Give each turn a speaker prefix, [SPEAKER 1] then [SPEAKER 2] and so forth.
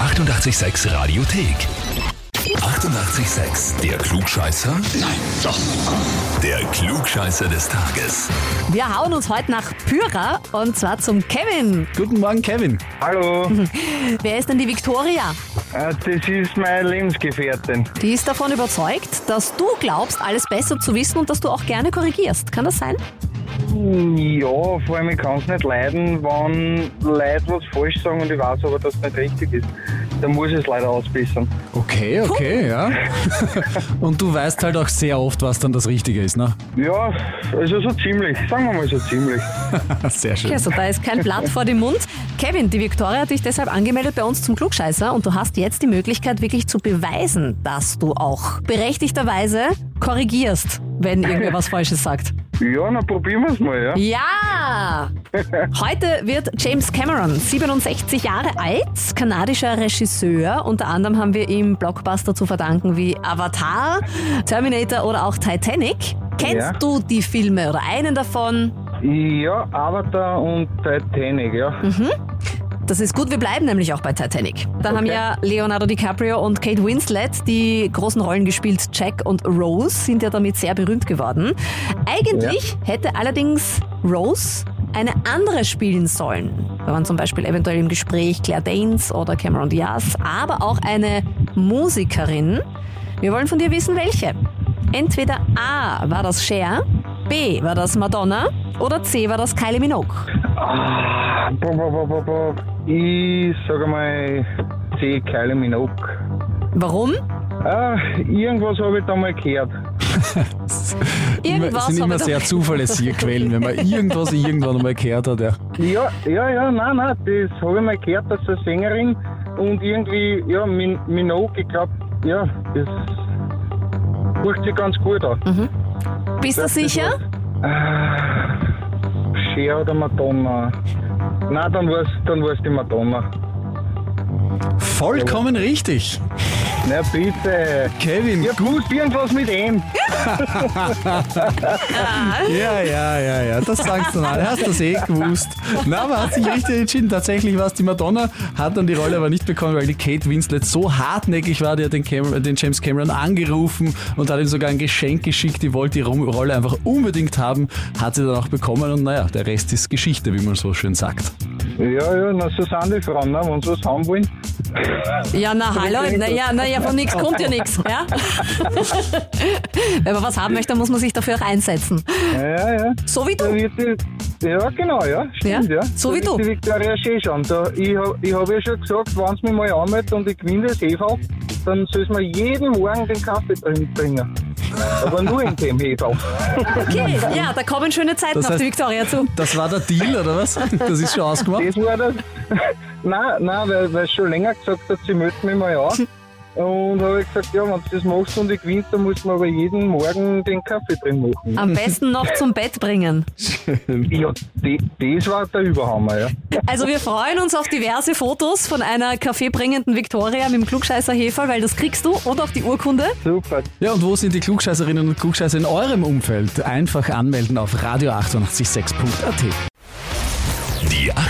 [SPEAKER 1] 886 Radiothek. 88,6. Der Klugscheißer? Nein, doch. Der Klugscheißer des Tages.
[SPEAKER 2] Wir hauen uns heute nach Pyra und zwar zum Kevin.
[SPEAKER 3] Guten Morgen, Kevin.
[SPEAKER 4] Hallo,
[SPEAKER 2] Wer ist denn die Victoria?
[SPEAKER 4] äh, das ist meine Lebensgefährtin.
[SPEAKER 2] Die ist davon überzeugt, dass du glaubst, alles besser zu wissen und dass du auch gerne korrigierst. Kann das sein?
[SPEAKER 4] Ja, vor allem ich kann es nicht leiden, wenn Leute was falsch sagen und ich weiß aber, dass es nicht richtig ist. Dann muss ich es leider ausbessern.
[SPEAKER 3] Okay, okay, ja. Und du weißt halt auch sehr oft, was dann das Richtige ist, ne?
[SPEAKER 4] Ja, also so ziemlich, sagen wir mal so ziemlich.
[SPEAKER 3] Ah, Sehr schön.
[SPEAKER 2] Also da ist kein Blatt vor dem Mund. Kevin, die Victoria hat dich deshalb angemeldet bei uns zum Klugscheißer und du hast jetzt die Möglichkeit, wirklich zu beweisen, dass du auch berechtigterweise korrigierst, wenn irgendwer was Falsches sagt.
[SPEAKER 4] Ja, na probieren wir es mal, ja.
[SPEAKER 2] Ja! Heute wird James Cameron, 67 Jahre alt, kanadischer Regisseur. Unter anderem haben wir ihm Blockbuster zu verdanken wie Avatar, Terminator oder auch Titanic. Kennst
[SPEAKER 4] Ja.
[SPEAKER 2] du die Filme oder einen davon?
[SPEAKER 4] Ja, Avatar und Titanic, ja.
[SPEAKER 2] Das ist gut, wir bleiben nämlich auch bei Titanic. Da haben
[SPEAKER 4] Okay.
[SPEAKER 2] ja Leonardo DiCaprio und Kate Winslet die großen Rollen gespielt. Jack und Rose sind ja damit sehr berühmt geworden. Eigentlich hätte allerdings Rose eine andere spielen sollen. Da waren zum Beispiel eventuell im Gespräch Claire Danes oder Cameron Diaz, aber auch eine Musikerin. Wir wollen von dir wissen, welche. Entweder A war das Cher, B war das Madonna oder C war das Kylie Minogue.
[SPEAKER 4] Bo, bo, bo, bo, bo. Ich sage mal C. Kylie Minogue.
[SPEAKER 2] Warum?
[SPEAKER 4] Ah, irgendwas habe ich da mal gehört.
[SPEAKER 3] Immer,
[SPEAKER 2] Irgendwas
[SPEAKER 3] sind
[SPEAKER 2] habe
[SPEAKER 3] immer
[SPEAKER 2] ich da-
[SPEAKER 3] sehr zuverlässige Quellen, wenn man irgendwas irgendwann einmal gehört hat. Ja.
[SPEAKER 4] Ja, ja, ja, nein, nein, das habe ich mal gehört, dass eine Sängerin und irgendwie, ja, Min Minogue, ich glaube, ja, das hört sich ganz gut an.
[SPEAKER 2] Bist du
[SPEAKER 4] Das ist
[SPEAKER 2] sicher?
[SPEAKER 4] Cher oder Madonna? Nein, dann war's, dann war's die Madonna.
[SPEAKER 3] Vollkommen richtig.
[SPEAKER 4] Na bitte.
[SPEAKER 3] Kevin,
[SPEAKER 4] Ihr tust irgendwas mit ihm.
[SPEAKER 3] Ja, ja, ja, ja, das sagst du mal. Hast das eh gewusst. Na, man hat sich richtig entschieden. Tatsächlich war es die Madonna, hat dann die Rolle aber nicht bekommen, weil die Kate Winslet so hartnäckig war, die hat den, Cam den James Cameron angerufen und hat ihm sogar ein Geschenk geschickt. Die wollte die Ro- Rolle einfach unbedingt haben, hat sie dann auch bekommen und naja, der Rest ist Geschichte, wie man so schön sagt.
[SPEAKER 4] Ja, ja, na, so sind die Frauen, ne, wenn sie was haben wollen.
[SPEAKER 2] Ja, na hallo, na ja, na ja, von nichts kommt ja nichts, ja? Wenn man was haben möchte, dann muss man sich dafür auch einsetzen.
[SPEAKER 4] Ja, ja.
[SPEAKER 2] So wie
[SPEAKER 4] Da
[SPEAKER 2] du.
[SPEAKER 4] wird die, ja, genau, ja. Stimmt,
[SPEAKER 2] Ja,
[SPEAKER 4] ja.
[SPEAKER 2] so wie
[SPEAKER 4] da
[SPEAKER 2] du.
[SPEAKER 4] wird Die Viktoria Schee schon. Da, ich habe ich hab ja schon gesagt, wenn sie mich mal anmeldet und ich gewinne das EV, dann soll mir jeden Morgen den Kaffee drin bringen. Aber nur in dem E EV.
[SPEAKER 2] Okay, ja, da kommen schöne Zeiten
[SPEAKER 3] Das
[SPEAKER 2] auf die
[SPEAKER 3] heißt-
[SPEAKER 2] Victoria zu.
[SPEAKER 3] Das war der Deal, oder was? Das ist schon ausgemacht.
[SPEAKER 4] Das war das. nein, nein, weil, weil sie schon länger gesagt hat, sie meldet mich mal an. Und habe ich gesagt, ja, wenn du das machst und ich gewinne, dann muss man aber jeden Morgen den Kaffee drin machen.
[SPEAKER 2] Am besten noch zum Bett bringen.
[SPEAKER 4] Ja, de- das war der Überhammer, ja.
[SPEAKER 2] Also wir freuen uns auf diverse Fotos von einer kaffeebringenden Victoria mit dem Klugscheißer Hefer, weil das kriegst du und auch die Urkunde.
[SPEAKER 4] Super,
[SPEAKER 3] Ja, und wo sind die Klugscheißerinnen und Klugscheißer in eurem Umfeld? Einfach anmelden auf radio886.at.
[SPEAKER 1] Die